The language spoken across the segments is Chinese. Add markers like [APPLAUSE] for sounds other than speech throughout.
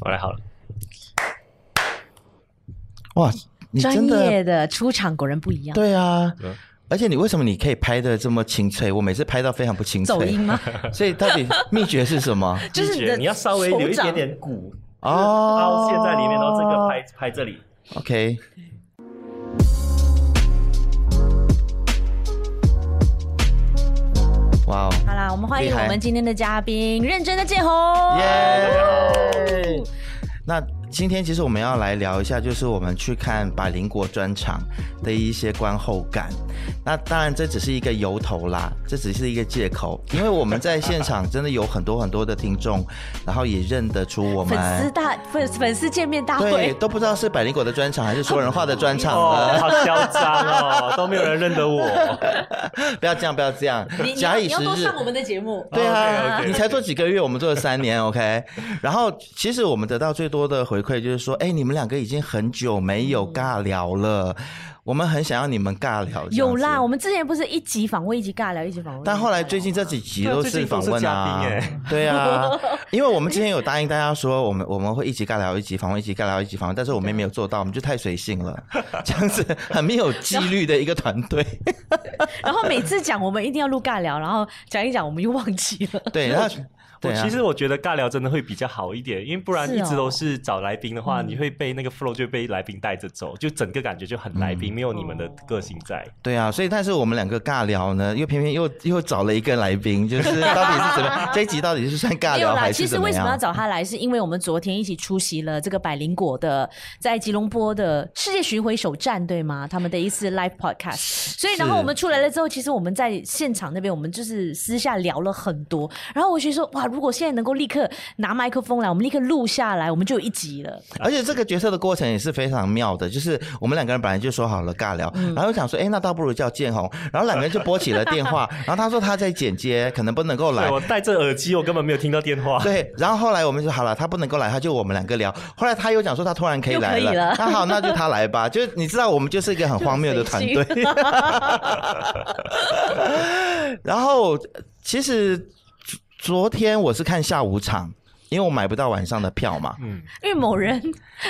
我来好了。哇，你专真的业的出场果然不一样。对啊嗯。而且你为什么你可以拍的这么清脆？我每次拍到非常不清走音脆，吗？所以到底秘诀是 [LAUGHS] 什么？ [LAUGHS] 就是你你的你要稍微留一手掌点点骨哦凹陷在里面，然后这个拍拍这里。 OK，哇哦，好啦，我们欢迎厉害我们今天的嘉宾，认真的建宏。耶！那今天其实我们要来聊一下，就是我们去看百灵国专场的一些观后感。那当然这只是一个由头啦，这只是一个借口，因为我们在现场真的有很多很多的听众，然后也认得出我们粉丝大粉粉丝见面大对会，都不知道是百灵果的专场还是说人话的专场哦，了。好嚣张哦，都没有人认得我。不要这样，不要这样你，你要假以你要时多日上。我们的节目。 [LAUGHS] 对啊 OK，OK，OK 你才做几个月，我们做了三年，OK。然后其实我们得到最多的回馈就是说，哎，你们两个已经很久没有尬聊了，我们很想要你们尬聊。有啦，这样我子，们之前不是一集访问，一集尬聊，一集访问。但后来一集最近这几集对都啊最是近都访是问啊嘉宾哎， [LAUGHS] 对啊，因为我们之前有答应大家说，我们我们会一起尬聊，一起访问，一起尬聊，一起访问，但是我们也没有做到，我们就太随性了，这样子很没有纪律的一个团 [LAUGHS] 队。然后每次讲我们一定要录尬聊，然后讲一讲我们又忘记了。对，然后我对啊其实我觉得尬聊真的会比较好一点，因为不然是一直哦都是找来宾的话，嗯你会被那个 flow 就被来宾带着走，就整个感觉就很来嗯宾，没有你们的个性在。对啊，所以但是我们两个尬聊呢，又偏偏又又找了一个来宾，就是到底是怎么 [LAUGHS] 样？这一集到底是算尬没有聊啦，还其是实怎么为什么要样？找他来，是因为我们昨天一起出席了这个百灵果的在吉隆坡的世界巡回首站，对吗？他们的一次 live podcast。所以，然后我们出来了之后，其实我们在现场那边，我们就是私下聊了很多。然后我就说，哇，如果现在能够立刻拿麦克风来，我们立刻录下来，我们就有一集了。而且这个决策的过程也是非常妙的，就是我们两个人本来就说好了尬聊，嗯然后想说，哎，那倒不如叫建宏，然后两个人就拨起了电 [LAUGHS] 话，然后他说他在剪接，可能不能够哦来对，我戴着耳机，我根本没有听到电话。对，然后后来我们就好了，他不能够来，他就我们两个聊。后来他又讲说他突然可以又来可以了，了那好，那就他来吧。就是你知道，我们就是一个很荒谬的 [LAUGHS] 团队。然后呃其实昨昨天我是看下午场，因为我买不到晚上的票嘛。嗯因为某人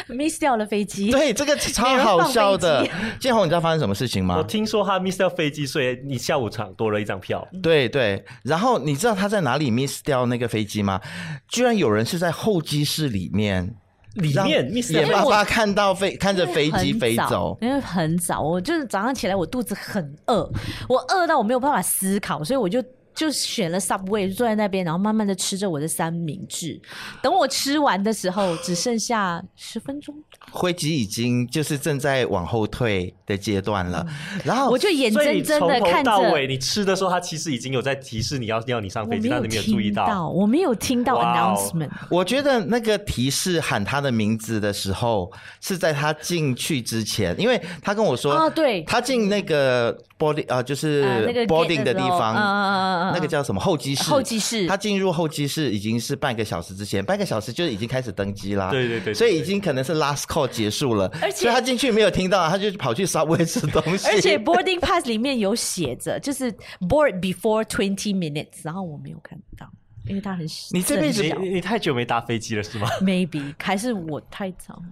miss 掉了 [LAUGHS] 飞机，对，这个超没人好放飞笑的机。啊建宏，你知道发生什么事情我吗？听说他 miss 掉飞机，所以你下午场多了一张票。对对，然后你知道他在哪里 miss 掉那个飞机吗？居然有人是在候机室里面。里让面 miss 掉眼飞巴机巴看到飞看着飞机飞走。因为很早，我就是早上起来我肚子很饿，我饿到我没有办法思考，所以我就。就选了 Subway，就坐在那边，然后慢慢的吃着我的三明治。等我吃完的时候，只剩下十分钟，灰机已经就是正在往后退的阶段了，然后嗯我就眼哦所以你睁睁从的头看到着，尾，你吃的时候，他其实已经有在提示你要要你上我飞没机，但有你没有注意听到。到，我没有听到哇哦 announcement， [LAUGHS] 我觉得那个提示喊他的名字的时候是在他进去之前，因为他跟我说啊对他进那个 boarding 呃就是呃那个 boarding gate 的的地时候嗯嗯嗯嗯方嗯，那个叫什么候机室？候机室他进入候机室已经是半个小时之前，半个小时就已经开始登机啦。对对对对所以已经可能是 last call 结束了，而且所以他进去没有听到，他就跑去 subway 吃东西， [LAUGHS] 而且 boarding pass 里面有写着，就是 board before twenty minutes，然后我没有看到，因为它很你这辈子很小你你太久没搭飞机了是 [LAUGHS] 吗？ Maybe 还是我太 [LAUGHS] 早，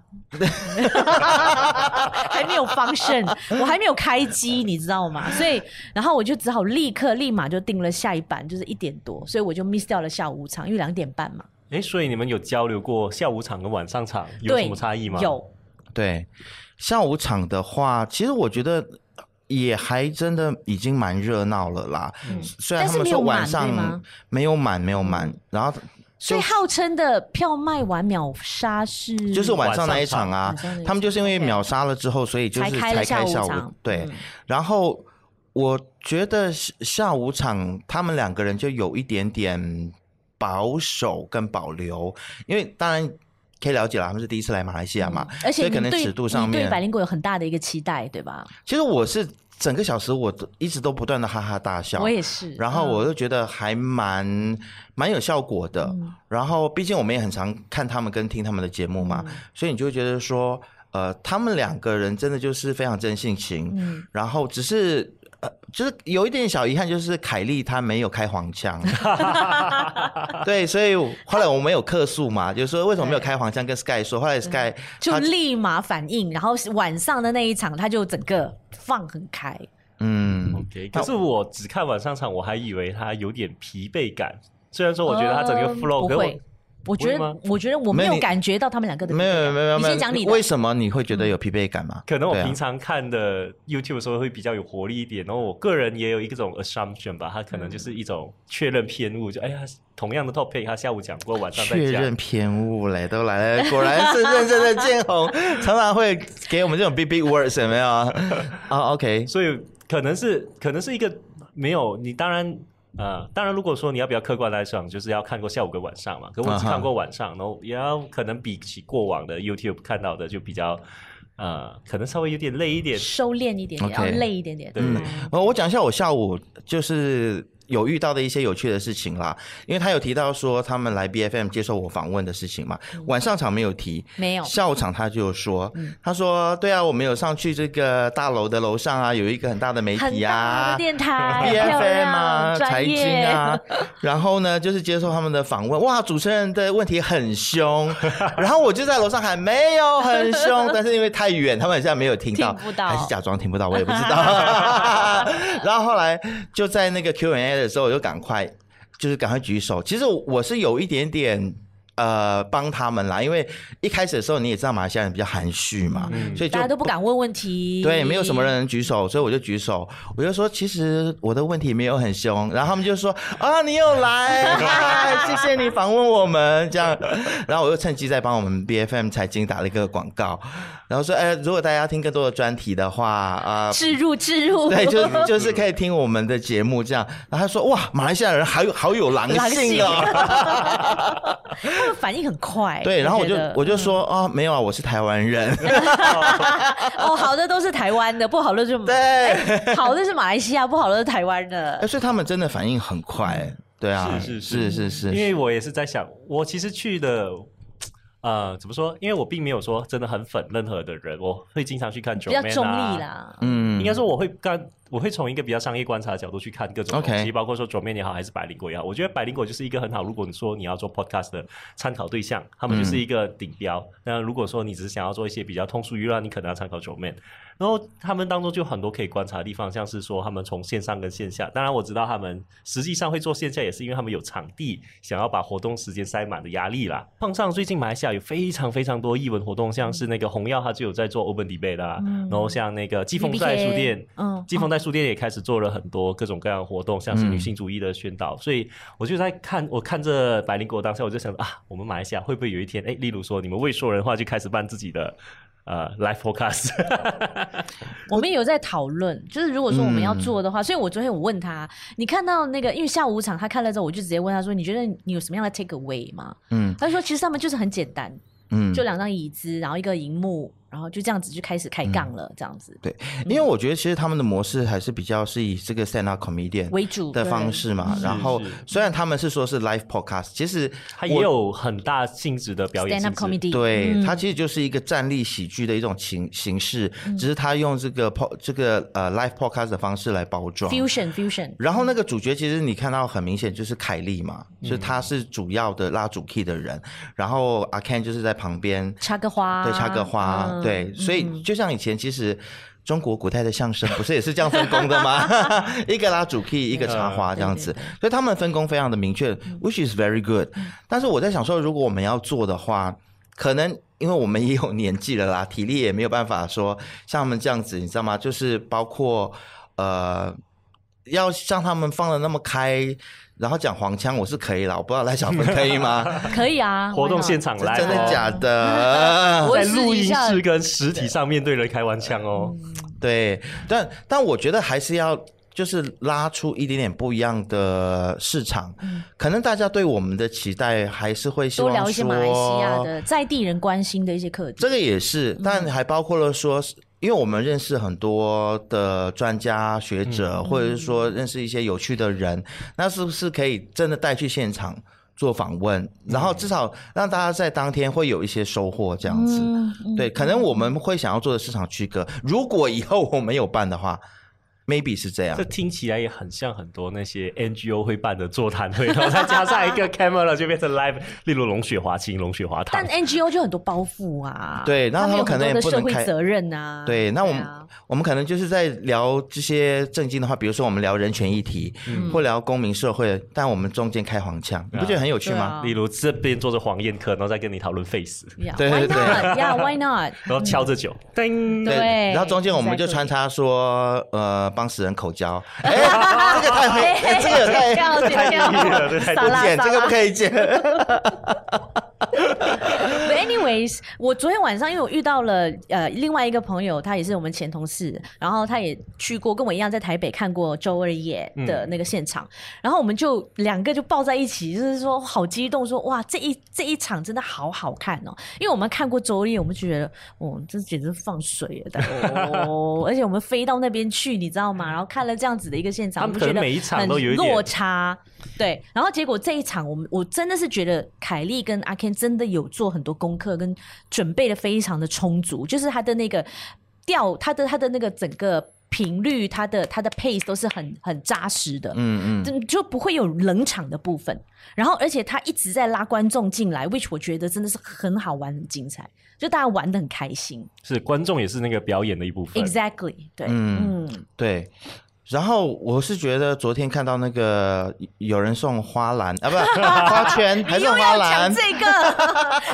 还没有方胜，我还没有开机，你知道吗？所以，然后我就只好立刻立马就订了下一班，就是一点多，所以我就 miss 掉了下午场，因为两点半嘛。哎，所以你们有交流过下午场跟晚上场有对，什么差异吗？有，对，下午场的话，其实我觉得也还真的已经蛮热闹了啦。虽然嗯但他是们没说有满晚对上吗嗯没有满，没有满，然后所以号称的票卖完秒杀是就是晚上那一场啊嗯晚上那一，场他们就是因为秒杀了之后，所以就是才才开了开下午下午场对嗯，然后。我觉得下下午场他们两个人就有一点点保守跟保留，因为当然可以了解了，他们是第一次来马来西亚嘛，而所且以可你能对尺度上你面对百灵果有很大的一个期待，对吧？其实我是整个小时我都一直都不断的哈哈大笑，我也是。嗯然后我就觉得还蛮蛮有效果的。嗯然后毕竟我们也很常看他们跟听他们的节目嗯嘛，所以你就会觉嗯得说，呃，他们两个人真的就是非常真性情。然后只是呃，就是有一点小遗憾，就是凯莉她没有开黄 [LAUGHS] 腔，对，所以后来我们有客诉嘛，就是说为什么没有开黄腔，跟 Sky 说，嗯后来 Sky 就他立马反应，然后晚上的那一场他就整个放很开，嗯 OK，可是我只看晚上场，我还以为他有点疲惫感。虽然说我觉得他整个嗯 flow，、不可是我会，我觉不会得吗我觉得我没没有有你感觉到他们两个的，没有没有你没有，先讲你的，嗯为什么你会觉得有疲惫感吗？可能我对啊平常看的 YouTube 的时候会比较有活力一点，然后我个人也有一种 assumption 吧，他可能嗯就是一种确认偏误，就哎呀，同样的 topic 他下午讲过，晚上再确认讲。偏误嘞，都来了，果然是认真的建宏，常常会给我们这种 big big words 有没有？啊、o k 所以可能是可能是一个没有你，当然呃，当然如果说你要比较客观来讲，就是要看过下午跟晚上嘛。可我只看过晚上，然后也要可能比起过往的 YouTube 看到的就比较呃，可能稍微有点累一点。收敛一点点， OK 要累一点点，对嗯呃，我讲一下我下午就是有遇到的一些有趣的事情啦，因为他有提到说他们来 B F M 接受我访问的事情嘛，晚上场没有提，嗯没有嗯下午场他就有说，他说对啊，我们有上去这个大楼的楼上啊，有一个很大的媒很体大啊的。[LAUGHS] 电台， B 漂 F M 亮，啊，财专经业，啊， [LAUGHS] 然后呢，就是接受他们的访问。哇，主持人的问题很 [LAUGHS] 凶，然后我就在楼上喊没有很 [LAUGHS] 凶，但是因为太远，他们好像没有听到，听不到还是假装听不到，我也不知道。 [LAUGHS] 然后后来就在那个 Q&A 的时候，我就赶快就是赶快举手。其实我是有一点点。呃，帮他们啦，因为一开始的时候你也知道马来西亚人比较含蓄嘛，所以就 [LAUGHS] 大家都不敢问问题，对，没有什么人能举手，所以我就举手，我就说其实我的问题没有很凶，然后他们就说啊，你又来，嗨谢谢你访问我们这样，然后我又趁机再帮我们 B F M 财经打了一个广告，然后说，哎，如果大家要听更多的专题的话啊。置入置入，对，就就是可以听我们的节目这样。然后他说：“哇，马来西亚人好有好有狼狼性性哦。”他们 [LAUGHS] 反应很快，对，然后我就觉得我就说：“啊，没有啊，我是台湾人。 [LAUGHS] 哦，好的都是台湾的，不好的就” [LAUGHS] 对，好的是马来西亚，不好的是台湾的哎，。所以他们真的反应很快。对啊，是是是是是，因为我也是在想，我其实去的，呃，怎么说？因为我并没有说真的很粉任何的人，我会经常去看九比妹较啊，中立啦，嗯应该说我会干，我会从一个比较商业观察的角度去看各种东 OK 西，包括说左面也好，还是百灵果也好。我觉得百灵果就是一个很好，如果你说你要做 podcast 的参考对象，他嗯们就是一个顶标。那如果说你只是想要做一些比较通俗娱乐，你可能要参考左面。然后他们当中就有很多可以观察的地方，像是说他们从线上跟线下，当然我知道他们实际上会做线下，也是因为他们有场地，想要把活动时间塞满的压力啦。碰上最近马来西亚有非常非常多艺文活动，像是那个红药他就有在做 open debate 啦，嗯然后像那个季风在书店 BBK，，嗯季风在书店也开始做了很多各种各样的活动，嗯像是女性主义的宣导，所以我就在看，我看这百灵果当下，我就想啊，我们马来西亚会不会有一天，哎，例如说你们未说人话就开始办自己的呃 live podcast， [LAUGHS] 我们有在讨论，就是如果说我们要嗯做的话，所以我昨天我问他，你看到那个，因为下午场他看了之后，我就直接问他说，你觉得你有什么样的 take away 吗？嗯他说其实他们就是很简单，嗯，就两张椅子，然后一个荧幕，然后就这样子就开始开杠嗯了，这样子对，因为我觉得其实他们的模式还是比较是以这个 stand up comedian 为主嗯的方。式嘛。然后是虽然他们是说是 live podcast，其实它也有很大性质的表演 Stand 性 up 质。 comedy，嗯对、它其实就是一个站立喜剧的一种形形式，嗯只是他用这个 po 这个呃 live podcast 的方式来包装。 fusion fusion，然后那个主角其实你看到很明显就是凯莉嘛，嗯就是她是主要的拉主 key 的人，然后阿 Ken 就是在旁边插个花，对，插个花，嗯对，所以就像以前其实。中国古代的相声不是也是这样分工的吗？一个拉主 key，一个插花这样子，所以他们分工非常的明确，which is very good。但是我在想说，如果我们要做的话，可能因为我们也有年纪了啦，体力也没有办法说像他们这样子，你知道吗？就是包括呃，要像他们放的那么开，然后讲黄腔，我是可以啦，我不知道赖小芬可以吗？可以啊，活动 why not？现场是来、哦，真的假的？我会在试录一音下室跟实体上面对人开玩枪哦。嗯对，但但我觉得还是要就是拉出一点点不一样的市场，可能大家对我们的期待还是会希嗯多望聊一些马来西亚说的嗯在地人关心的一些课题。这个也是，但还包括了说，因为我们认识很多的专家学者，或者是嗯说认识一些有趣的人，那是不是可以真的带去现场做访问，然后至少让大家在当天会有一些收获这嗯样子？对，可能我们会想要做的市场区隔，如果以后我们有办的话。 ，maybe 是这样这。听起来也很像很多那些 NGO 会办的座谈会，然后再加上一个 camera 就变成 live，例如龙雪华清、龙雪华堂但。NGO 就很多包袱啊， [LAUGHS] 对那他们有可能很也不多的社能会开责任啊。对，那我们、啊我们可能就是在聊这些正经的话，比如说我们聊人权议题，嗯或聊公民社会，但我们中间开黄腔，你不觉得很有趣对吗啊？例如这边坐着黄燕客，然后再跟你讨论 face， Yeah, 对 why 对 not? Yeah, why not? 然后敲着酒，叮，对啊然后中间我们就 exactly 穿插说，呃，帮死人口 [LAUGHS] 交，哎，这个太会，哎这个也太掉这太掉低了这掉，太低了撒不拉 [LAUGHS] 剪，撒这个不拉。可以剪。 But anyways，我昨天晚上因为我遇到了呃另外一个朋友，他也是我们前同事，然后他也去过，跟我一样在台北看过周二夜的那个现场，然后我们就两个就抱在一起，就是说好激动，说哇这一 [LAUGHS] 这一场真的好好看哦，因为我们看过周二夜，我们就觉得哦这简直是放水了，但 [LAUGHS] 哦，而且我们飞到那边去，你知道吗？然后看了这样子的一个现场，他我们们可觉能得每一场很都有一点落差，对，然后结果这一场，我们我真的是觉得凯莉跟阿 Ken 真的有做很多功课，跟准备的非常的充足，就是他的那个调，他的他的那个整个频率，他的他的 pace 都是很很扎实的， [LAUGHS] 嗯嗯，就就不会有冷场的部分。然后，而且他一直在拉观众进来，which 我觉得真的是很好玩、很精彩，就大家玩的很开心。是观众也是那个表演的一部分。 Exactly，对，嗯嗯，对。然后我是觉得昨天看到那个有人送花篮啊，不花 [LAUGHS] 圈还是你又花要讲篮，这 [LAUGHS] 个，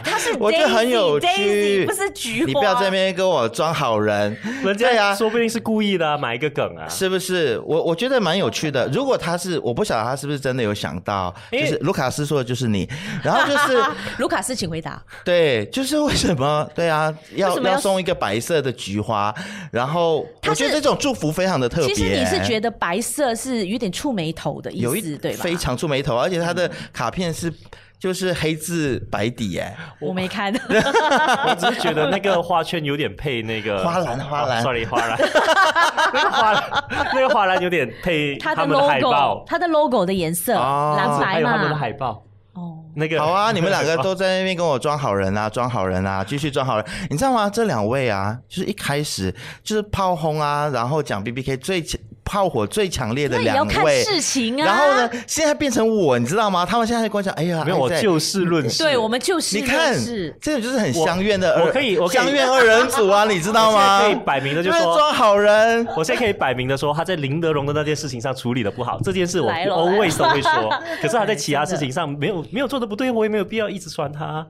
他是我觉得很 Daisy，有 Daisy 趣。不是菊花。你不要在那边跟我装好人， [LAUGHS] 人对啊家说不定是故意的啊、买一个梗啊。是不是？我我觉得蛮有趣的。如果他是，我不晓得他是不是真的有想到，就因为是卢卡斯说的就是你，然后 [LAUGHS] 就是卢卡斯，请回答。对，就是为什么对啊，要为什么要送一个白色的菊花，然后我他是觉得这种祝福非常的特别。其实你是觉得白色是有点触眉头的意有一思，对吧？嗯非，常触眉头，而且他的卡片是就是黑字白底哎，我没看。 [LAUGHS] 我只是觉得那个花圈有点配那个花篮花篮哦，sorry 花篮，那个花篮那个花篮有点配它他的们的海 logo，报，它的 logo 的颜色哦蓝还白有他们的嘛。海报，哦，那个好啊，你们两个都在那边跟我装好 [LAUGHS] 人啊，装好人啊，继续装好人。你知道吗？这两位啊，就是一开始就是炮轰啊，然后讲 B B K 最强炮火最强烈的那也要两看位，事情啊。然后呢，，现在变成我，你知道吗？他们现在跟我讲，哎呀，没有，我爱在就事论事。对我们就是你看是，这种就是很相怨的二，我可以我可以相怨二人组啊，你知道吗？我现在可以摆明了就说因为装好人，我现在可以摆明的说，他在林德荣的那件事情上处理的不好，这件事我来了 always 都来了会 [LAUGHS] 说。可是他在其他事情上没有没有做的不对，我也没有必要一直酸他。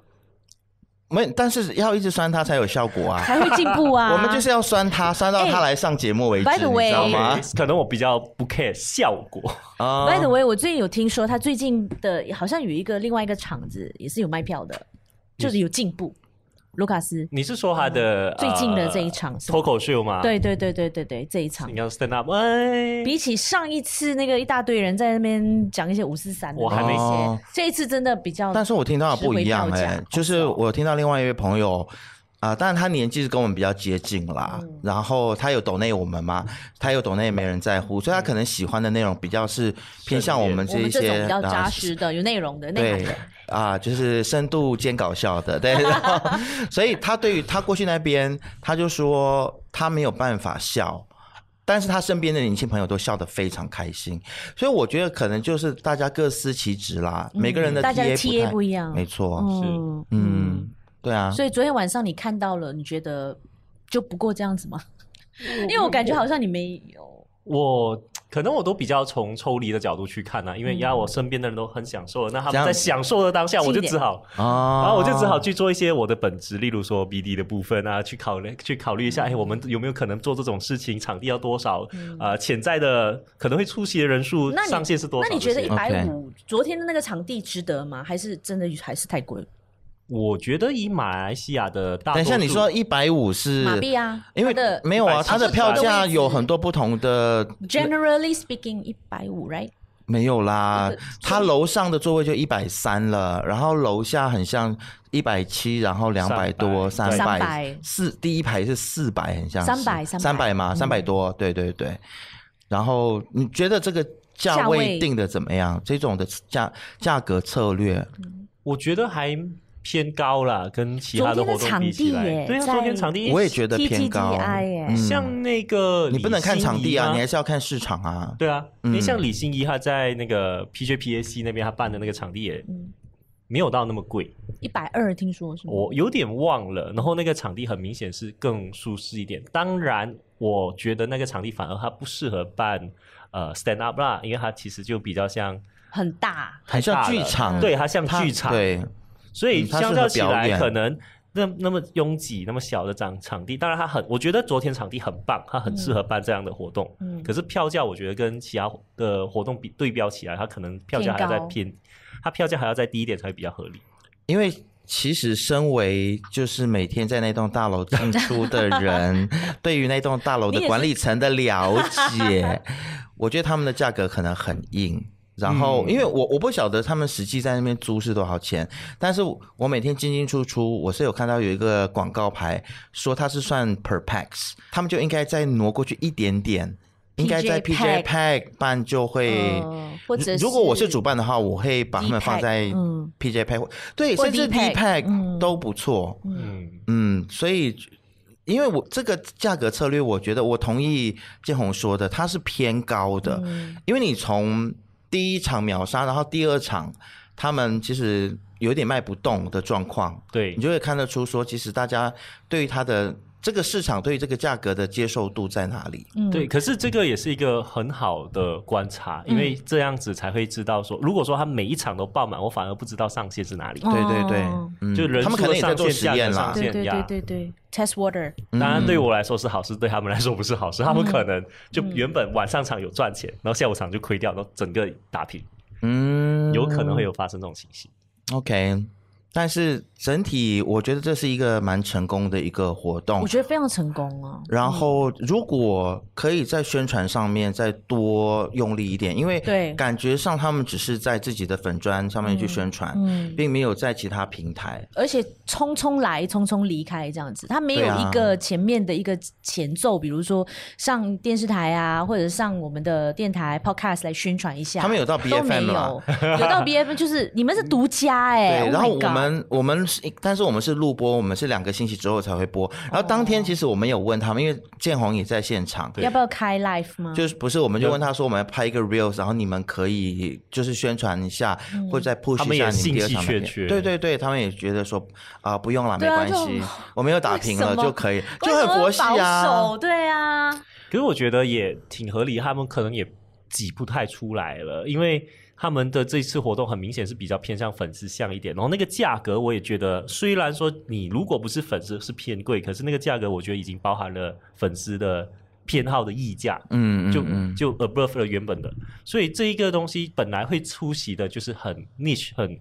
没，但是要一直酸他才有效果啊。才会进步啊。 [LAUGHS] 我们就是要酸他，酸到他来上节目为止，哎你 by the way 知道吗 OK，？可能我比较不 care 效果，啊 By the way，我最近有听说他最近的好像有一个另外一个场子也是有卖票的，就是有进步。嗯卢卡斯你是说他的嗯呃最近的这一场是吗脱口秀吗？，对对对对对对，这一场你要 stand up，哎，比起上一次那个一大堆人在那边讲一些五四三的我还没那些，哦这一次真的比较，但是我听到的不一样值回哎、票价就是我听到另外一位朋友。啊，当然他年纪是跟我们比较接近啦，嗯然后他有抖内我们嘛，他有抖内没人在乎，所以他可能喜欢的内容比较是偏向我们我这们一这种些比较啊扎实的、有内容的、内涵对的。啊，就是深度兼搞笑的， [LAUGHS] 对。然后所以他对于他过去那边，他就说他没有办法笑，但是他身边的年轻朋友都笑得非常开心，所以我觉得可能就是大家各司其职啦，每个人的嗯大家的 TA TA 不一样没错，嗯嗯，对啊，所以昨天晚上你看到了，你觉得就不过这样子吗？因为我感觉好像你没有，我可能我都比较从抽离的角度去看呢、啊因为呀，我身边的人都很享受了，那他这们样在享受的当下，近我嗯一就点只好，啊然后我就只好去做一些我的本职，例如说 BD 的部分啊，去考虑去考虑一嗯下，哎，我们有没有可能做这种事情，场地要多少，呃，潜在的可能会出席的人数那你上限是多那少？你觉得一这些百 OK 五昨天的那个场地值得吗？还是真的还是太贵了？我觉得以马来西亚的大多数，等一下你说一百五是马币啊，因为它的没有啊，它的140票价位置有很多不同的 generally speaking 一百五，right？没有啦那个，他楼上的座位就一百三了，然后楼下很像一百七，然后两百多、三300百300四，第一排是四百，很像300三百嗯嘛，三百多，对对对。然后你觉得这个价价位位定的怎么样？这种的价价格策略，我觉得还偏高啦，跟其他的活动比起昨天的场地来，耶对啊，在昨天场地我也觉得偏高 TGDI 耶嗯像那个你不能看场地李欣啊，怡你还是要看市场啊。对啊，嗯你像李欣怡她在那个 PJPAC 那边她办的那个场地也嗯没有到那么贵，一百二听说是吗？嗯我有点忘了。然后那个场地很明显是更舒适一点，当然我觉得那个场地反而它不适合办呃 stand up 啦，因为它其实就比较像很大，很像太大了剧场对，它像嗯它剧场，对，所以嗯它相较起适合表来演可能。那那么拥挤、那么小的场场地，当然它很，我觉得昨天场地很棒，它很适合办这样的活动。嗯，可是票价，我觉得跟其他的活动比对标起来，它可能票价还要再偏偏，它票价还要再低一点才会比较合理。因为其实身为就是每天在那栋大楼进出的人，对于那栋大楼的管理层的了解，我觉得他们的价格可能很硬。然后，嗯因为我我不晓得他们实际在那边租是多少钱，但是我每天进进出出，我是有看到有一个广告牌说它是算 per pax，他们就应该再挪过去一点点，应该在 PJ PJ pack 办就会。呃或者如果我是主办的话，我会把他们 D-Pack，放在嗯 PJ Pack，、对，或甚至 D D-Pack，嗯 Pack 都不错。嗯，嗯，所以因为我这个价格策略，我觉得我同意建宏说的，它是偏高的，嗯因为你从第一场秒杀，然后第二场他们其实有点卖不动的状况，对你，就会看得出说，其实大家对于它的这个市场对于这个价格的接受度在哪里。嗯对。可是这个也是一个很好的观察，因为这样子才会知道说，如果说他每一场都爆满，我反而不知道上限是哪里。对对对哦，嗯就人他们数的可能也在上做限实价格验啦上，对限对对压对对，test water，嗯当然，对我来说是好事，对他们来说不是好事。他们可能就原本晚上场有赚钱，然后下午场就亏掉，然后整个打平，嗯，有可能会有发生这种情形。 OK，但是整体我觉得这是一个蛮成功的一个活动我。觉得非常成功啊。然后，如果可以在宣传上面再多用力一点，因为对感觉上他们只是在自己的粉砖上面去宣传，嗯，并没有在其他平台。而且匆匆来，匆匆离开这样子，他没有对啊一个前面的一个前奏，比如说上电视台啊，或者上我们的电台 podcast 来宣传一下，他们有到都没 BFM 吗有？，有到 B F 就是你们是独家 [LAUGHS] 哎、对， Oh 然后 my 我 God 们我们是，但是我们是录播，我们是两个星期之后才会播。然后当天其实我们有问他们，因为建宏也在现场，对哦要不要开 live 吗？就是不是，我们就问他说，我们要拍一个 reels，然后你们可以就是宣传一下，嗯或者再 push 他们一也下你们第二场的兴趣缺片缺对对对，他们也觉得说啊、不用了，没对啊关就 [LAUGHS] 系，我们有打平了为什么就可以，就很佛系为什么保啊守。对啊，可是我觉得也挺合理，他们可能也挤不太出来了，因为他们的这次活动很明显是比较偏向粉丝向一点，然后那个价格我也觉得，虽然说你如果不是粉丝是偏贵，可是那个价格我觉得已经包含了粉丝的偏好的溢价，嗯，就嗯嗯就 above 了原本的，所以这一个东西本来会出席的，就是很 niche 很。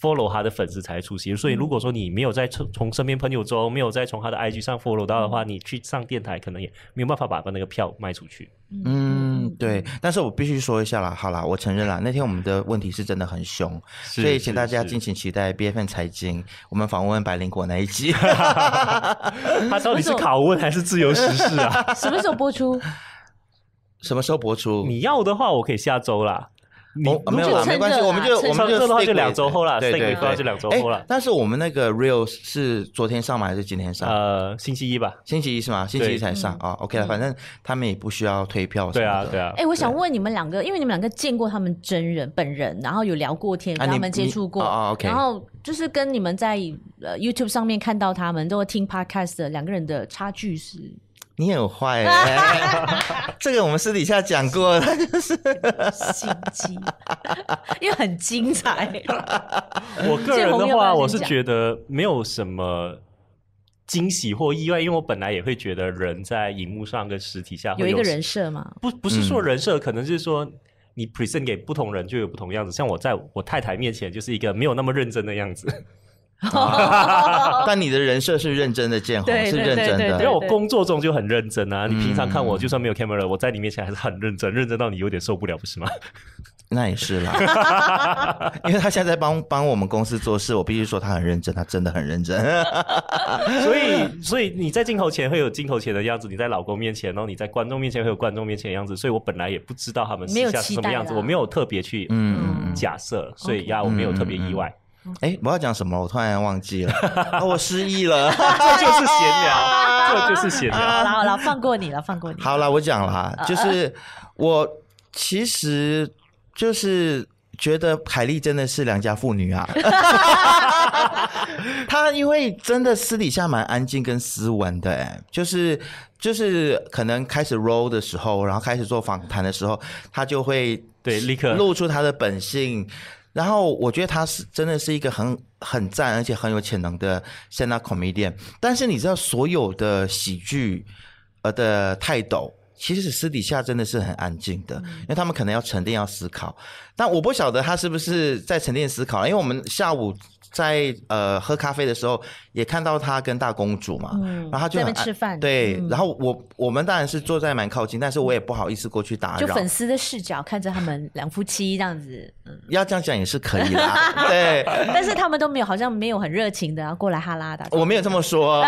follow 他的粉丝才会出席，嗯所以如果说你没有在从从身边朋友中没有再从他的 IG 上 follow 到的话，嗯你去上电台可能也没有办法把那个票卖出去。嗯，对，但是我必须说一下啦，好啦，我承认啦，那天我们的问题是真的很凶，所以请大家敬请期待 B F N 财经，我们访问百灵果那一集， [LAUGHS] 他到底是拷问还是自由时事 [LAUGHS] 啊？什么时候播出？什么时候播出？你要的话，我可以下周啦。你我哦没有就啦，趁没关系，热啦我们就趁我们热趁热的话 stick 就两 with 周后啦对 stick 对 with 对，的话就两周后啦哎但是我们那个 real 是昨天上吗？还是今天上？呃，星期一吧。星期一是吗？星期一才上啊。嗯 OK 了，反正他们也不需要退票嗯什对么啊，的。对啊。啊哎、。我想问你们两个，因为你们两个见过他们真人本人，然后有聊过天，啊跟他你们接触过，你哦哦，OK 然后就是跟你们在呃 YouTube 上面看到他们，都听 Podcast 的两个人的差距是，你很 [LAUGHS] 坏欸，这个我们私底下讲过了。心机， [LAUGHS] 因为很精彩。我 [LAUGHS] 个人的建宏要不要话，先我是讲觉得没有什么惊喜或意外，因为我本来也会觉得人在荧幕上跟实体下会有一个人 [LAUGHS] 设嘛，不不是说人设，可能是说你 present 给不同人就有不同样子。像我在我太太面前就是一个没有那么认真的样子，但你的人设是认真的，建宏对是对认真对对因为对的。我工作中就很认真啊。你平常看我嗯就算没有 camera，我在你面前还是很认真，认真到你有点受不了，不是吗？那也是啦， [LAUGHS] 因为他现在在帮帮我们公司做事，我必须说他很认真，他真的很认嗯真。 [LAUGHS] 所以，所以你在镜头前会有镜头前的样子，你在老公面前，然后你在观众面前会有观众面前的样子。所以我本来也不知道他们私没有下是期什么待样子，啦我没有特别去嗯嗯嗯假设，所以 OK 呀，我没有特别意外。哎，我要讲什么？我突然 [LAUGHS] 忘记了，啊我失忆了。 [LAUGHS] 嗯这就是闲 [LAUGHS] 聊，这就是闲聊。好啦好啦，放过你了，放过你。啊好啦，我讲啦，就是我其实就是觉得凯莉真的是良家妇女啊。她因为真的私底下蛮安静跟斯文的、哎，就是就是可能开始 roll 的时候，然后开始做访谈的时候，她就会对立刻露出她的本性。然后我觉得她是真的是一个很很赞，而且很有潜能的 stand up comedian。但是你知道，所有的喜剧呃的泰斗，其实私底下真的是很安静的，嗯因为他们可能要沉淀，要思考。但我不晓得他是不是在沉淀思考，因为我们下午在呃喝咖啡的时候也看到他跟大公主嘛，嗯然后他就在那很边吃安饭对，嗯然后我我们当然是坐在蛮靠近，但是我也不好意思过去打就扰粉。丝的视角看着他们两夫妻这样 [LAUGHS] 子，嗯，要这样讲也是可以啦， [LAUGHS] 对，但是他们都没有，好像没有很热情的，然后过来哈拉的。我没有这么 [LAUGHS] 说，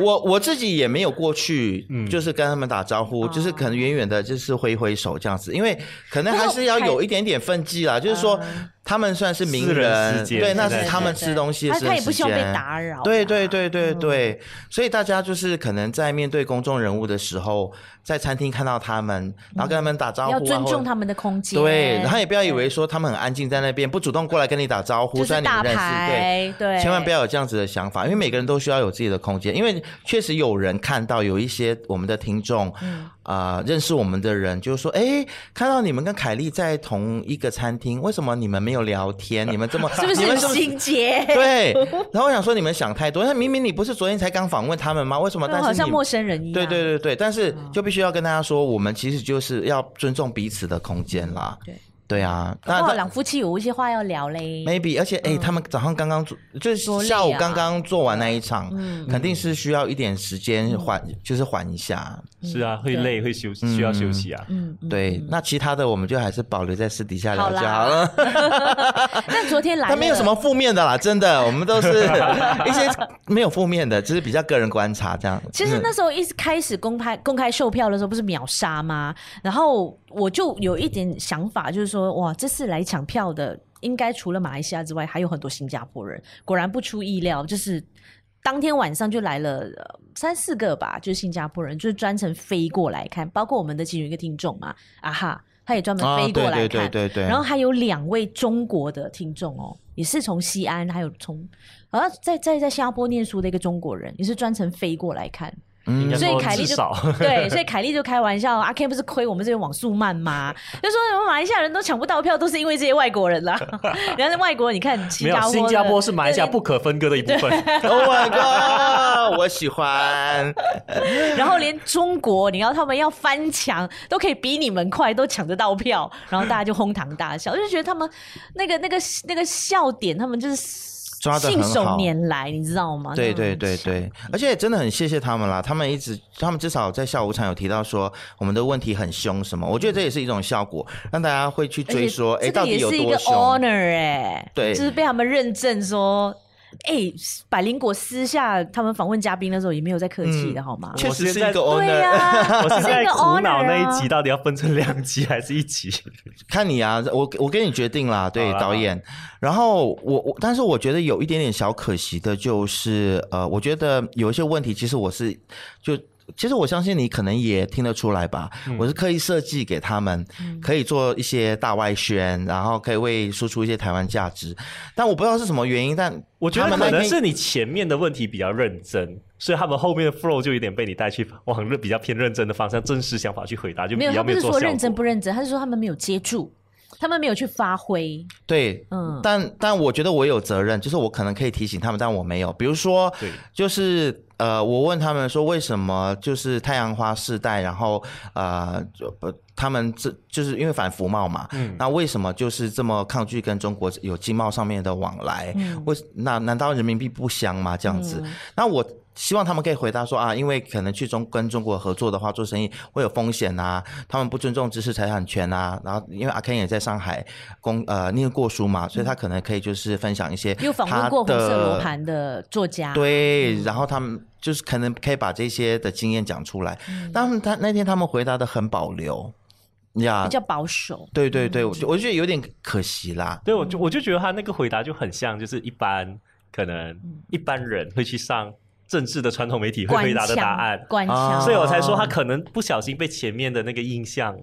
我我自己也没有过去，嗯就是跟他们打招哦呼，就是可能远远的，就是挥挥手这样子，因为可能还是要有一点点分际啦，就是说呃他们算是名私人时间对，那对是对他们吃东西的他私他人也不时希望被间。打扰。啊嗯对对，对对对，所以大家就是可能在面对公众人物的时候，在餐厅看到他们，然后跟他们打招呼啊，嗯要尊或者重他们的空间。对，然后也不要以为说他们很安静在那边，不主动过来跟你打招呼，就虽然是你打们认识，对。牌，对，千万不要有这样子的想法，因为每个人都需要有自己的空间。因为确实有人看到有一些我们的听众，嗯 [LAUGHS] 啊、认识我们的人，就是说，哎，看到你们跟凯莉在同一个餐厅，为什么你们没有聊 [LAUGHS] 天？你们这么是不你是们这么心结？对，然后我想说你们想太多，那明明你不是昨天才刚访问他们吗？为什么？ [LAUGHS] 但是 [LAUGHS] 好你像陌生人一样。嗯对对对对，但是就必须要跟大家说，我们其实就是要尊重彼此的空间啦。对对啊，那哇，那两夫妻有一些话要聊嘞。 maybe，而且哎、诶他们早上刚刚做，就是下啊午刚刚做完那一场，嗯肯定是需要一点时间缓，就是缓一下。是啊，会累，会休息，需要休息啊。嗯，嗯对，那其他的我们就还是保留在私底下聊就好啦好了。那昨 [LAUGHS] 天来了，但没有什么负面的啦，真 [LAUGHS] 的，我们都是 [LAUGHS] 一些没有负面的，只是比较个人观察这样。嗯其实那时候一开始公开公开售票的时候，不是秒杀吗？然后我就有一点想法，就是说，哇，这次来抢票的，应该除了马来西亚之外，还有很多新加坡人。果然不出意料，就是当天晚上就来了、呃三四个吧，就是新加坡人，就是专程飞过来看，包括我们的其中一个听众嘛，啊哈，他也专门啊，飞过对来对看。对对对，然后还有两位中国的听众哦，也是从西安，还有从好像在在在新加坡念书的一个中国人，也是专程飞过来看。嗯 [LAUGHS] 应该所以说凯莉至就少 [LAUGHS] 对，所以凯莉就开玩笑，阿 Ken 不是亏我们这边网速慢吗？就说嗯我们马来西亚人都抢不到票，都是因为这些外国人啦。 [LAUGHS] 然后外国人你看新没加有坡新的，加坡是马来西亚不可分割的一部分。 Oh my god！我喜欢，然后连中国，你要他们要翻墙，都可以比你们快，都抢得到票，然后大家就哄堂大笑，我就觉得他们那个那个那个笑点，他们就是抓得很信好手拈来，你知道吗？对那对种对对，而且真的很谢谢他们啦，他们一直，他们至少在下午场有提到说我们的问题很凶什么，我觉得这也是一种效果，让大家会去而且追说，哎，这个到底也有是一个多凶？ honor 哎、对就是被他们认证说，哎、百灵果私下他们访问嘉宾的时候也没有在客气的、好吗？确实是一个对呀、 owner， [LAUGHS] 我现是一在个苦 honor 恼那啊一集到底要分成两集还是一集？看你啊，我我跟你决定啦，对好啦导演。然后我我，但是我觉得有一点点小可惜的就是，呃，我觉得有一些问题，其实我是就。其实我相信你可能也听得出来吧，嗯我是刻意设计给他们，可以做一些大外宣，然后可以为输出一些台湾价值。但我不知道是什么原因，但我觉得他们可那能天是你前面的问题比较认真，所以他们后面的 flow 就有点被你带去往认比较偏认真的方向，真实想法去回答，就没比有，他较不有是做说效认真果不认真，他是说他们没有接住，他们没有去发挥。对，嗯但但我觉得我有责任，就是我可能可以提醒他们，但我没有。比如说对，就是呃，我问他们说为什么就是太阳花世代，然后呃，就不他们这就是因为反服贸嘛，嗯那为什么就是这么抗拒跟中国有经贸上面的往来？嗯为那难道人民币不香吗？这样子，那我。希望他们可以回答说啊，因为可能去中跟中国合作的话，做生意会有风险啊，他们不尊重知识财产权啊，然后因为阿 Ken 也在上海公呃念过书嘛，所以他可能可以就是分享一些嗯又访问他过红色的罗盘的作家，嗯对，然后他们就是可嗯能可以把这些的经验讲出来，但他们他那天他们回答的很保留。呀比较嗯保守。对对对，我就我就觉得有点可惜啦。对，我就我就觉得他那个回答就很像，就是一般可能一般人会去上政治的传统媒体会回答的答案，官腔，啊官腔所以我才说他可能不小心被前面的那个印象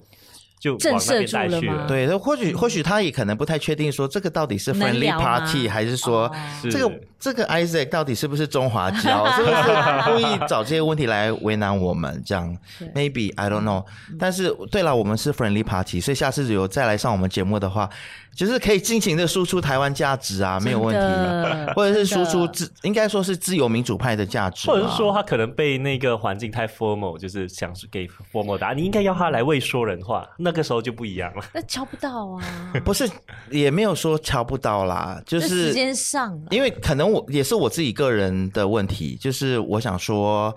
就往那边带震慑住去了吗对，或许或许他也可能不太确定说这个到底是能 friendly 聊吗 party 还是说哦是这个这个 Isaac 到底是不是中华教？ [LAUGHS] 是不是故意找这些问题来为难我们？这样对嗯，maybe I don't know。但是对了，我们是 friendly party，所以下次有再来上我们节目的话，就是可以尽情的输出台湾价值啊，没有问题。 [LAUGHS] [LAUGHS] 题或者是输出自自，应该说是自由民主派的价值吧，或者是说他可能被那个环境太 formal，就是想给 formal 答案，你应该要他来为说人话，那个时候就不一样了。那瞧不到啊，不是，也没有说瞧不到啦，就那是时间上啊了，因为可能我也是我自己个人的问题，就是我想说，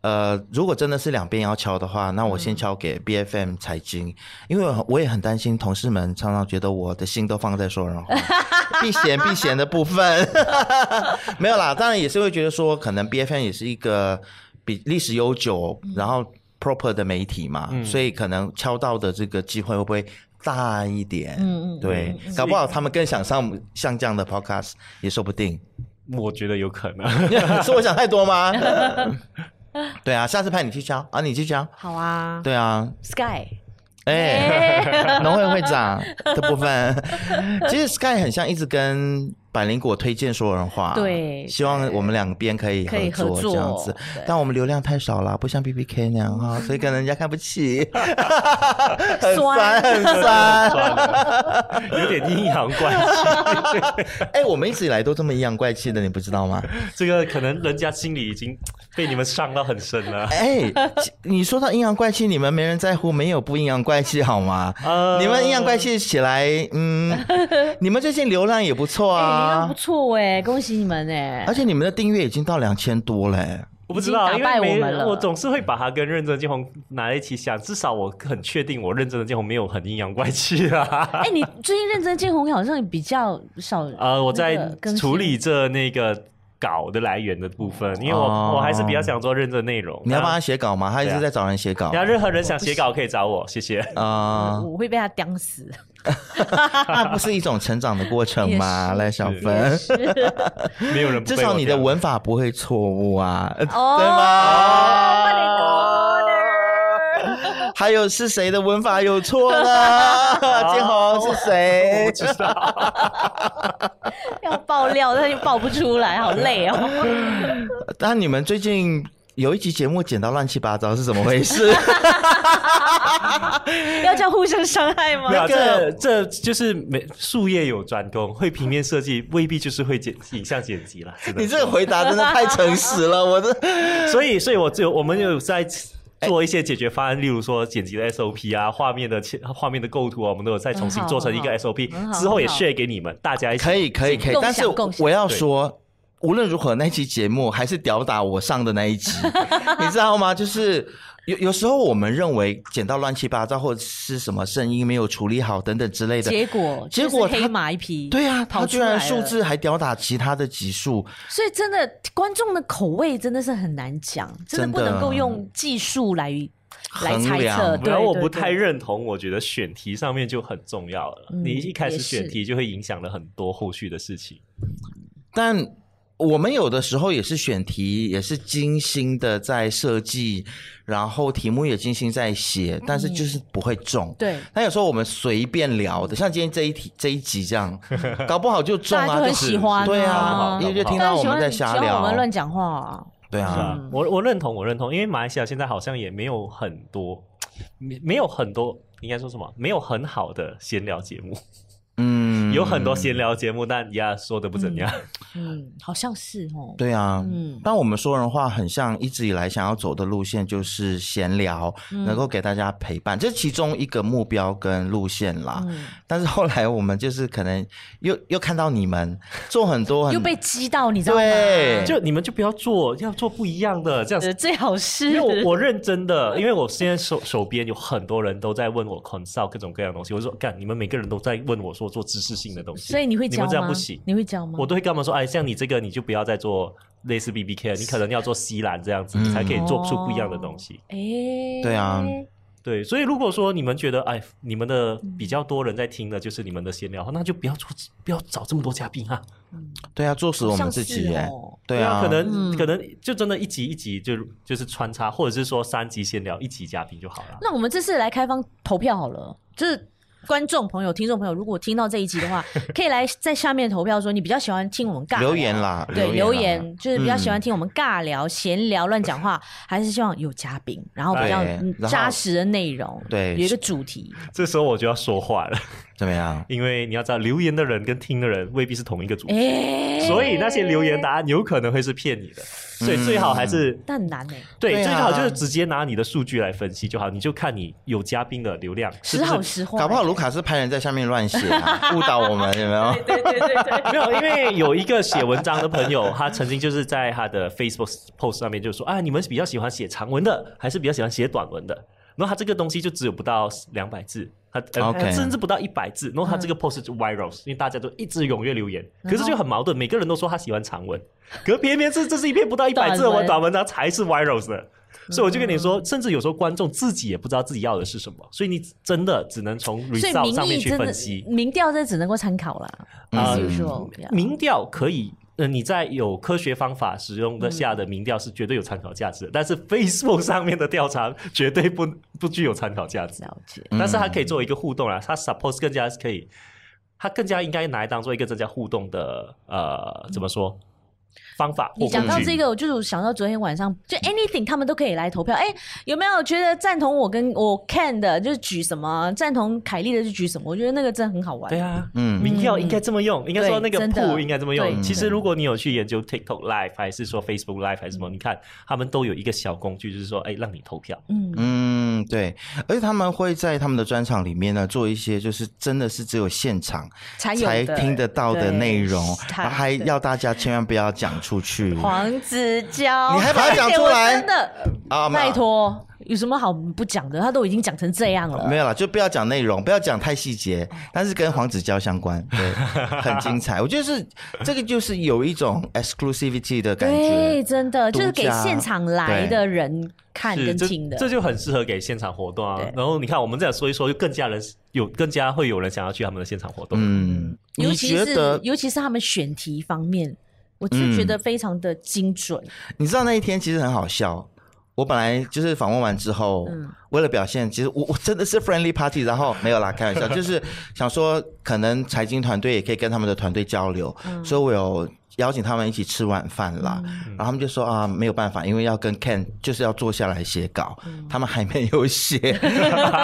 呃，如果真的是两边要敲的话，那我先敲给 B F M 财经，因为我我也很担心同事们常常觉得我的心都放在说人话，避嫌避嫌的部分， [LAUGHS] 没有啦，当然也是会觉得说，可能 B F M 也是一个比历史悠久，然后 proper 的媒体嘛，所以可能敲到的这个机会会不会？大一点，嗯嗯嗯对，搞不好他们更想上像这样的 podcast 也说不 [LAUGHS] 定。我觉得有可能。 [LAUGHS] 是我想太多吗？对啊，下次派你去敲啊，你去敲。好啊对 [LAUGHS] 啊， ，Sky，哎、哎农会会长的部分， [LAUGHS] 其实 Sky 很像一直跟百灵果推荐说人话，对希望我们两边可以可以合作作这样子对，但我们流量太少了，不像 B B K 那样 [LAUGHS] 哈，所以可能人家看不起，很酸酸很酸。有点阴阳怪气，哎、我们一直以来都这么阴阳怪气的，你不知道吗？ [LAUGHS] 这个可能人家心里已经被你们伤到很深了。哎、其你说到阴阳怪气，你们没人在乎，没有不阴阳怪气好吗？呃你们阴阳怪气起来， [LAUGHS] 嗯，你们最近流量也不错哎，流啊，量不错哎，恭喜你们哎而，且你们的订阅已经到两千多嘞、我不知道，已因经打败为没我们了我总是会把它跟认真的建宏拿在一起想，至少我很确定，我认真的建宏没有很阴阳怪气啊。 [LAUGHS] 哎，你最近认真见红好像比较少啊呃，我那在个更新处理这那个稿的来源的部分，因为我、哦我还是比较想做认真内容。你要帮那他写稿啊吗？他一直在找人写稿然后任何人想写稿可以找我，谢谢。啊，我会被他刁 [LAUGHS] 死，那不是一种成长的过程吗？ [LAUGHS] 也是赖小芬，没有人不 [LAUGHS] 至被我少你的刁文法不会错误啊， [LAUGHS] 对哦吗？还有是谁的文法有错呢？[LAUGHS] 建宏是 [LAUGHS] 谁？我不知道。要爆料但又爆不出来，好累哦。那你们最近有一集节目剪到乱七八糟，是怎么回 [LAUGHS] 事？要叫互相伤害吗没？有，那这个这就是没术业有专攻，会平面设计未必就是会剪影像剪辑啦。是的你这个回答真的太诚实了，我 [LAUGHS] 这所以，所以我只有我们有在哎做一些解决方案，例如说剪辑的 SOP 啊，画面的切画面的构图啊，我们都有再重新很好做成一很个好 SOP，很好之后也很好 share 给你们，大家一起。可以可以可以共享，但是共享我要说。无论如何，那期节目还是吊打我上的那一 [LAUGHS] 集，你知道吗？就是有有时候我们认为剪到乱七八糟，或者是什么声音没有处理好等等之类的，结果结果就他是黑马一匹，对啊，跑他居出来然了数字还吊打其他的集数，所以真的观众的口味真的是很难讲，真的不真的能够用技术来来衡猜量测。对然后我对不对太认同，我觉得选题上面就很重要了。嗯你一开始也是选题就会影响了很多后续的事情。但我们有的时候也是选题，也是精心的在设计，然后题目也精心在嗯写，但是就是不会中。对那有时候我们随便聊的，像今天这一题这一集 [LAUGHS] 这样，搞不好就中大家啊，就很是喜欢啊对搞啊，不好因为就听但到是我喜们欢在喜瞎欢我们乱聊，讲话啊，对是啊吧，我我认同，我认同，因为马来西亚现在好像也没有很多，没没有很多，应该说什么？没有很好的闲聊节目，嗯，有很多闲聊节目，但呀说的不怎样。 [LAUGHS] 嗯，好像是哦。对啊，嗯但我们说人话很像一直以来想要走的路线，就是闲聊，嗯能够给大家陪伴，这是其中一个目标跟路线啦。嗯但是后来我们就是可能又又看到你们做很多很又被激到，你知道吗？嗯对就你们就不要做，要做不一样的这样呃子。最好是因为我我认真的，因为我现在手手边有很多人都在问我 consult 各种各样的东西，我就说干，你们每个人都在问我说做知识性的东西，所以你会你教们吗？这样不行。你会教吗？我都会跟他们说，哎，像你这个，你就不要再做类似 B B K，你可能要做西兰这样子，你才可以做出不一样的东西。哎，对啊对，所以如果说你们觉得哎，你们的嗯比较多人在听的就是你们的闲聊，那就不要做，不要找这么多嘉宾啊。对啊，作死我们自己耶、嗯好像是哦对啊，可能嗯可能就真的一集一集就就是穿插，或者是说三集闲聊一集嘉宾就好了。那我们这次来开放投票好了，就是观众朋友、听众朋友，如果听到这一集 [LAUGHS] 的话，可以来在下面投票说你比较喜欢听我们尬啊聊留言。啦，对，留啦嗯言就是比较喜欢听我们尬聊、闲聊、乱讲话，还是希望有嘉宾，然后比较对嗯然后扎实的内容，对有一个主题。这时候我就要说话了，怎么样？因为你要知道，留言的人跟听的人未必是同一个主题，哎，所以那些留言啊答案有可能会是骗你的，所以最好还是但很难呢，欸对，嗯对啊最好就是直接拿你的数据来分析就好，你就看你有嘉宾的流量是时不好是。时坏。搞不好卢卡斯派人在下面乱写、 [LAUGHS] 啊，误导我们有没有？对对对对， [LAUGHS] 没有，因为有一个写文章的朋友，他曾经就是在他的 Facebook post 上面就说啊，你们比较喜欢写长文的，还是比较喜欢写短文的？然后他这个东西就只有不到两百字，他、呃 OK 他甚至不到一百字，然后他这个 post 就 viral，、因为大家都一直踊跃留言，嗯可是就很矛盾，每个人都说他喜欢长文，可偏偏是这是一篇不到一百字的短文嗯文短文章才是 viral 的。所以我就跟你说，甚至有时候观众自己也不知道自己要的是什么，所以你真的只能从所 result 以上民面意去真分析的。民调，这只能够参考啦。啊嗯 as usual，yeah 民调可以，呃，你在有科学方法使用的下的民调是绝对有参考价值的，但是嗯 Facebook 上面的调查绝对不不具有参考价值。了解。但是它可以作为一个互动啊，它 suppose 更加是可以，它更加应该拿来当做一个增加互动的呃，怎么说方法或嗯你讲工到具这个，我就是想到昨天晚上，就 anything 他们都可以来投票。哎、有没有觉得赞同我跟我 Ken 的，就是举什么；赞同凯莉的就举什么？我觉得那个真的很好玩。对啊，嗯民调应该这么用，应该说那个对真的 pool 应该这么用。对其实如果你有去研究 TikTok Live 还是说 Facebook Live 还是什么，你看他们都有一个小工具，就是说，哎，让你投票。嗯，嗯，对，而且他们会在他们的专场里面呢，做一些就是真的是只有现场才有才的听得到的对内容，才然后还要大家千万不要讲出去黄子佼， [LAUGHS] 你还把它讲而且出我来真的，啊！没有拜，托，有什么好不讲的？他都已经讲成这样了哦没。有啦，就不要讲内容，不要讲太细节，但是跟黄子佼相关，对，很精彩。我觉得是这个就是有一种 exclusivity 的感觉，对，真的就是独给家现场来的人看是跟这听的，这就很适合给现场活动啊对。然后你看，我们这样说一说，就更加人有更加会有人想要去他们的现场活动。嗯，尤你其觉是得嗯尤其是他们选题方面，我是觉得非常的精准。你知道那一天其实很好笑。我本来就是访问完之后，为了表现，其实我我真的是 friendly party，然后没有啦，开玩笑，就是想说可能财经团队也可以跟他们的团队交流，所以我有邀请他们一起吃晚饭啦。然后他们就说啊，没有办法，因为要跟 Ken 就是要坐下来写稿，他们还没有写。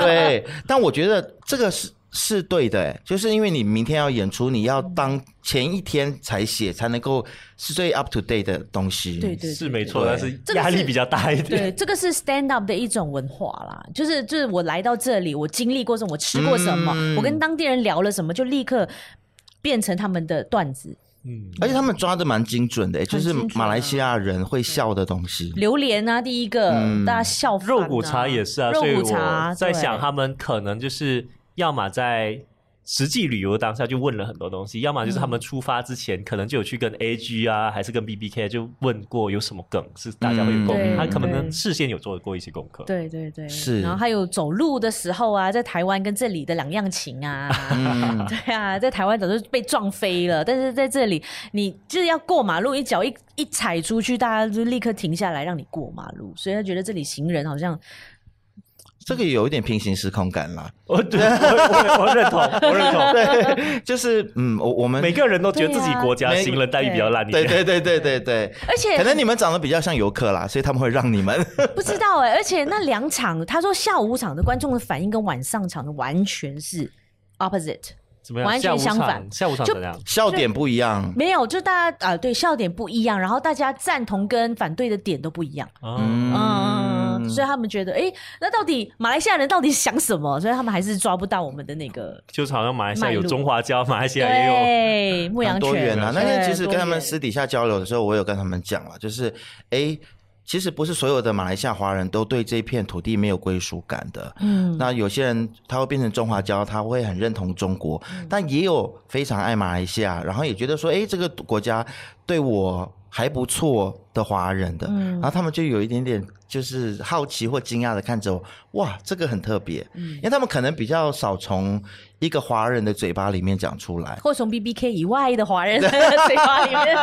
对，但我觉得这个是。是对的、欸，就是因为你明天要演出，你要当前一天才写，才能够是最 up to date 的东西。对对，是对没错，对但是这个压力是比较大一点。对，这个是 stand up 的一种文化啦，就是就是我来到这里，我经历过什么，我吃过什么，嗯我跟当地人聊了什么，就立刻变成他们的段子。嗯，而且他们抓的蛮精准的、就是精准啊马来西亚人会笑的东西。榴莲啊，第一个、嗯大家笑翻啊、肉骨茶也是啊，肉所以骨茶我在想，对他们可能就是要么在。实际旅游当下就问了很多东西，要么就是他们出发之前可能就有去跟 A G 啊，还是跟 B B K 就问过有什么梗是大家会有共嗯鸣，他对可能对事先有做过一些功课。对对对，是然后还有走路的时候啊，在台湾跟这里的两样 [LAUGHS] 情啊，嗯 [LAUGHS] 对啊，在台湾早就被撞飞了，但是在这里你就是要过马路，一脚一一踩出去，大家就立刻停下来让你过马路，所以他觉得这里行人好像这个有一点平行时空感 [LAUGHS] 啦，我哦对我我我认同，我认同。对，就是嗯，我我 [LAUGHS] 们每个人都觉得自己对啊国家每行人待遇比较烂一点对。对对对 [LAUGHS] 对对，而且可能你们长得比较像游客啦，所以他们会让你 [LAUGHS] 们不知道哎、而且那两场，他说下午场的观众的反应跟晚上场的完全是 opposite，怎么样？完全下午相场反下午场就怎样？笑点不一样。没有，就大家啊、对笑点不一样，然后大家赞同跟反对的点都不一样，嗯，嗯，所以他们觉得哎、那到底马来西亚人到底想什么？所以他们还是抓不到我们的那个就是好像马来西亚有脉络中华胶，马来西亚也有。对牧羊很多元犬啊。那天对其实多跟他们元私底下交流的时候，我有跟他们讲了，就是诶，其实不是所有的马来西亚华人都对这片土地没有归属感的。嗯，那有些人他会变成中华骄，他会很认同中国，但也有非常爱马来西亚，然后也觉得说，诶，这个国家对我还不错。的华人的，然后他们就有一点点就是好奇或惊讶的看着我，哇，这个很特别，因为他们可能比较少从一个华人的嘴巴里面讲出来。或从 B B K 以外的华 [LAUGHS] 人嘴巴里面，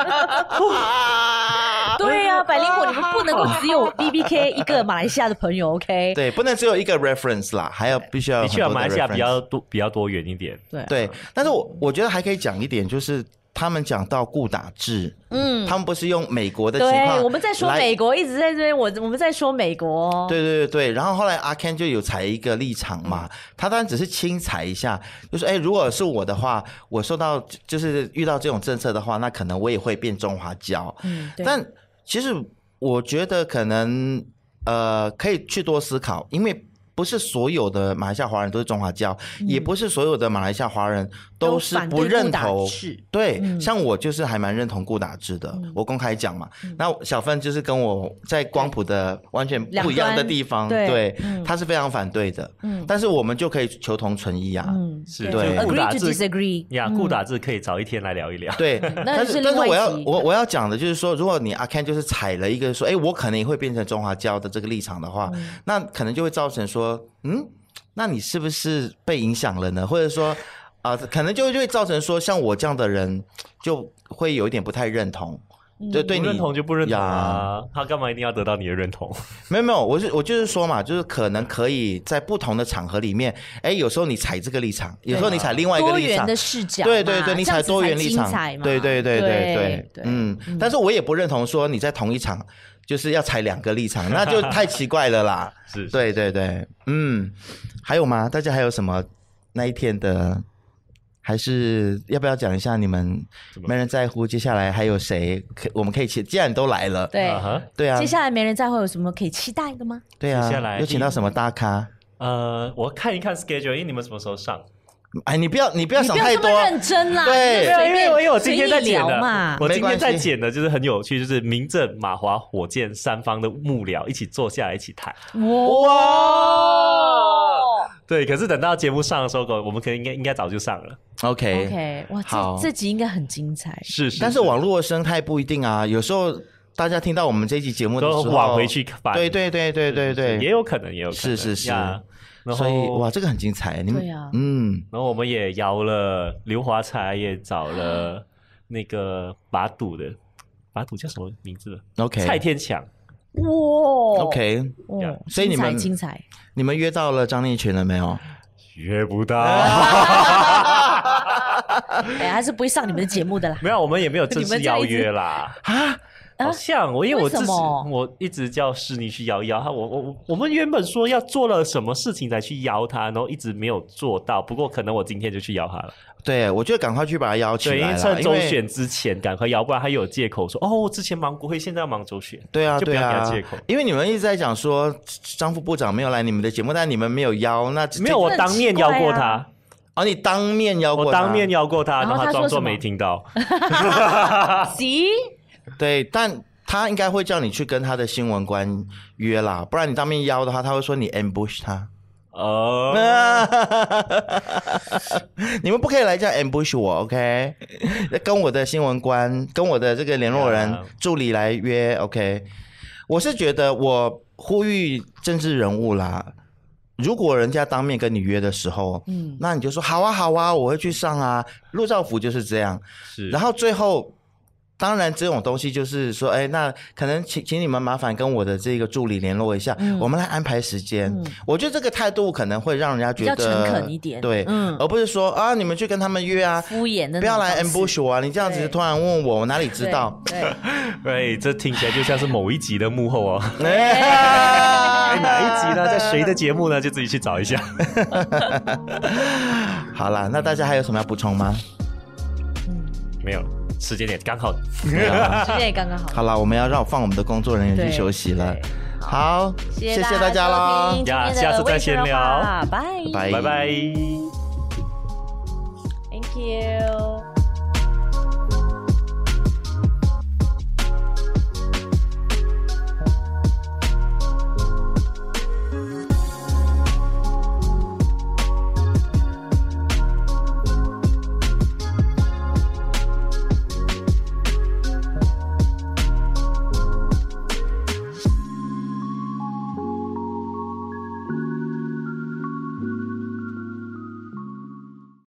[LAUGHS] 对呀、百灵果你们不能够只有 B B K 一个马来西亚的朋友，OK？对，不能只有一个 reference 啦，还要必须要的有很确啊，多马来西亚 reference 比 [LAUGHS] 较多比较多元一点。对对，但是我我觉得还可以讲一点，就是他们讲到顾打制，嗯，他们不是用美国的情况，对，我们在说美。国，一直在这边，我我们在说美国，对对对对，然后后来阿 Ken 就有踩一个立场嘛，他当然只是轻踩一下，就说哎，如果是我的话，我受到就是遇到这种政策的话，那可能我也会变中华胶。嗯，对，但其实我觉得可能呃可以去多思考，因为不是所有的马来西亚华人都是中华教，也不是所有的马来西亚华人都是嗯反不对认顾打同。制对，嗯像我就是还蛮认同顾打制的，我公开讲嘛。嗯那小芬就是跟我在光谱的完全不一样的地方，两端对对，他是非常反对的。嗯但是我们就可以求同存异啊。嗯，是对就顾打 agree to 字 disagree，嗯呀，顾打字可以早一天来聊一聊。 [LAUGHS] 对，但就是但另是外我要一集我我要讲的就是说，如果你阿 Ken 就是踩了一个说，哎，我可能也会变成中华教的这个立场的话，嗯那可能就会造成说，嗯，那你是不是被影响了呢？或者说，啊、可能就就会造成说，像我这样的人就会有一点不太认同，嗯对对不你认同就不认同呀啊，他干嘛一定要得到你的认同？没有没有，我是我就是说嘛，就是可能可以在不同的场合里面，哎，有时候你踩这个立场，有时候你踩另外一个啊多立元场的。视角嘛，对对对，你这样踩子多才元立精场彩，嘛对对对对对对，嗯，但是我也不认同说你在同一场就是要踩两个立 [LAUGHS] 场，那就太奇怪了啦。是，对对对，嗯，还有吗？大家还有什么那一天的？还是要不要讲一下你们么没人在乎？接下来还有谁可我们可以请？既然都来了，对啊哈对啊接，下来没人再会有什么可以期待的吗？对啊，接下来有请到什么大咖？呃，我看一看 schedule，因为你们什么时候上？哎，你不要你不要你想不要太这多啊么，认真啦，对你就对啊，随因便为我因为我今天在随意剪聊的嘛，我今没关天在系剪的就是很有趣，就是民政、马华、火箭三方的幕僚一起坐下来一起谈。哇对，可是等到节目上的时候，我们可能应该应该早就上了。 OK ，OK，哇，哎好这这集应该很精彩，是是但是网络的生态不一定啊，有时候大家听到我们这一期节目的时都候，往回去翻，对对对对对是也对，有可能，也有可能是是是呀然所以后哇，这个很精彩，你们对啊嗯，然后我们也邀了刘华才，也找了那个把赌的，把赌叫什么名字了？ OK 蔡天强。哇 OK，哇所以你们哦精彩，你们约到了张立群了没有？约不 [LAUGHS] 到，精彩哎，还是不会上你们的节 [LAUGHS] 目的啦，没有，我们也没有正式邀约啦。啊，好像我因为我自为己什么我一直叫诗妮去邀一邀他，我我我我们原本说要做了什么事情才去邀他，然后一直没有做到。不过可能我今天就去邀他了，对，我就赶快去把他邀起对，因来为啦趁因周为选之前赶快邀，不然他有借口说哦，我之前忙国会，现在要忙周选。对啊，就不对要给他啊借口，因为你们一直在讲说张副部长没有来你们的节目，但你们没有邀，那没有，我很当奇面邀怪过啊他，哦，你当面邀过我他，当面邀过他，然然后后他他说装作什么没听到。啊行，对，但他应该会叫你去跟他的新闻官约啦，不然你当面邀的话，他会说你 ambush 他。呃， [LAUGHS] 你们不可以来这样 ambush 我，OK？跟 [LAUGHS] 我的新闻官，跟我的这个联络人、 Yeah 助理来约，OK？我是觉得我呼吁政治人物啦，如果人家当面跟你约的时候，嗯，那你就说好啊好啊，我会去上啊。陆兆福就是这样，是然后最后，当然这种东西就是说，哎，那可能请请你们麻烦跟我的这个助理联络一下，嗯我们来安排时间。我觉得这个态度可能会让人家觉得比较诚恳一点对，嗯而不是说啊，你们去跟他们约啊。敷衍的那种方式，不要来 ambush 我啊！你这样子对突然问我，我哪里知道？对，对对，哎这听起来就像是某一集的幕 [LAUGHS] 后哦。 [LAUGHS] 哎哎，哪一集呢？在谁的节目呢？就自己去找一下。好啦，那大家还有什么要补充吗？没有时间点刚好。啊时间也刚刚好，好啦，我们要让放我们的工作人员对去休息了。好，谢谢大家喽啦，，呀下次再闲聊拜拜拜拜。 ，Thank you。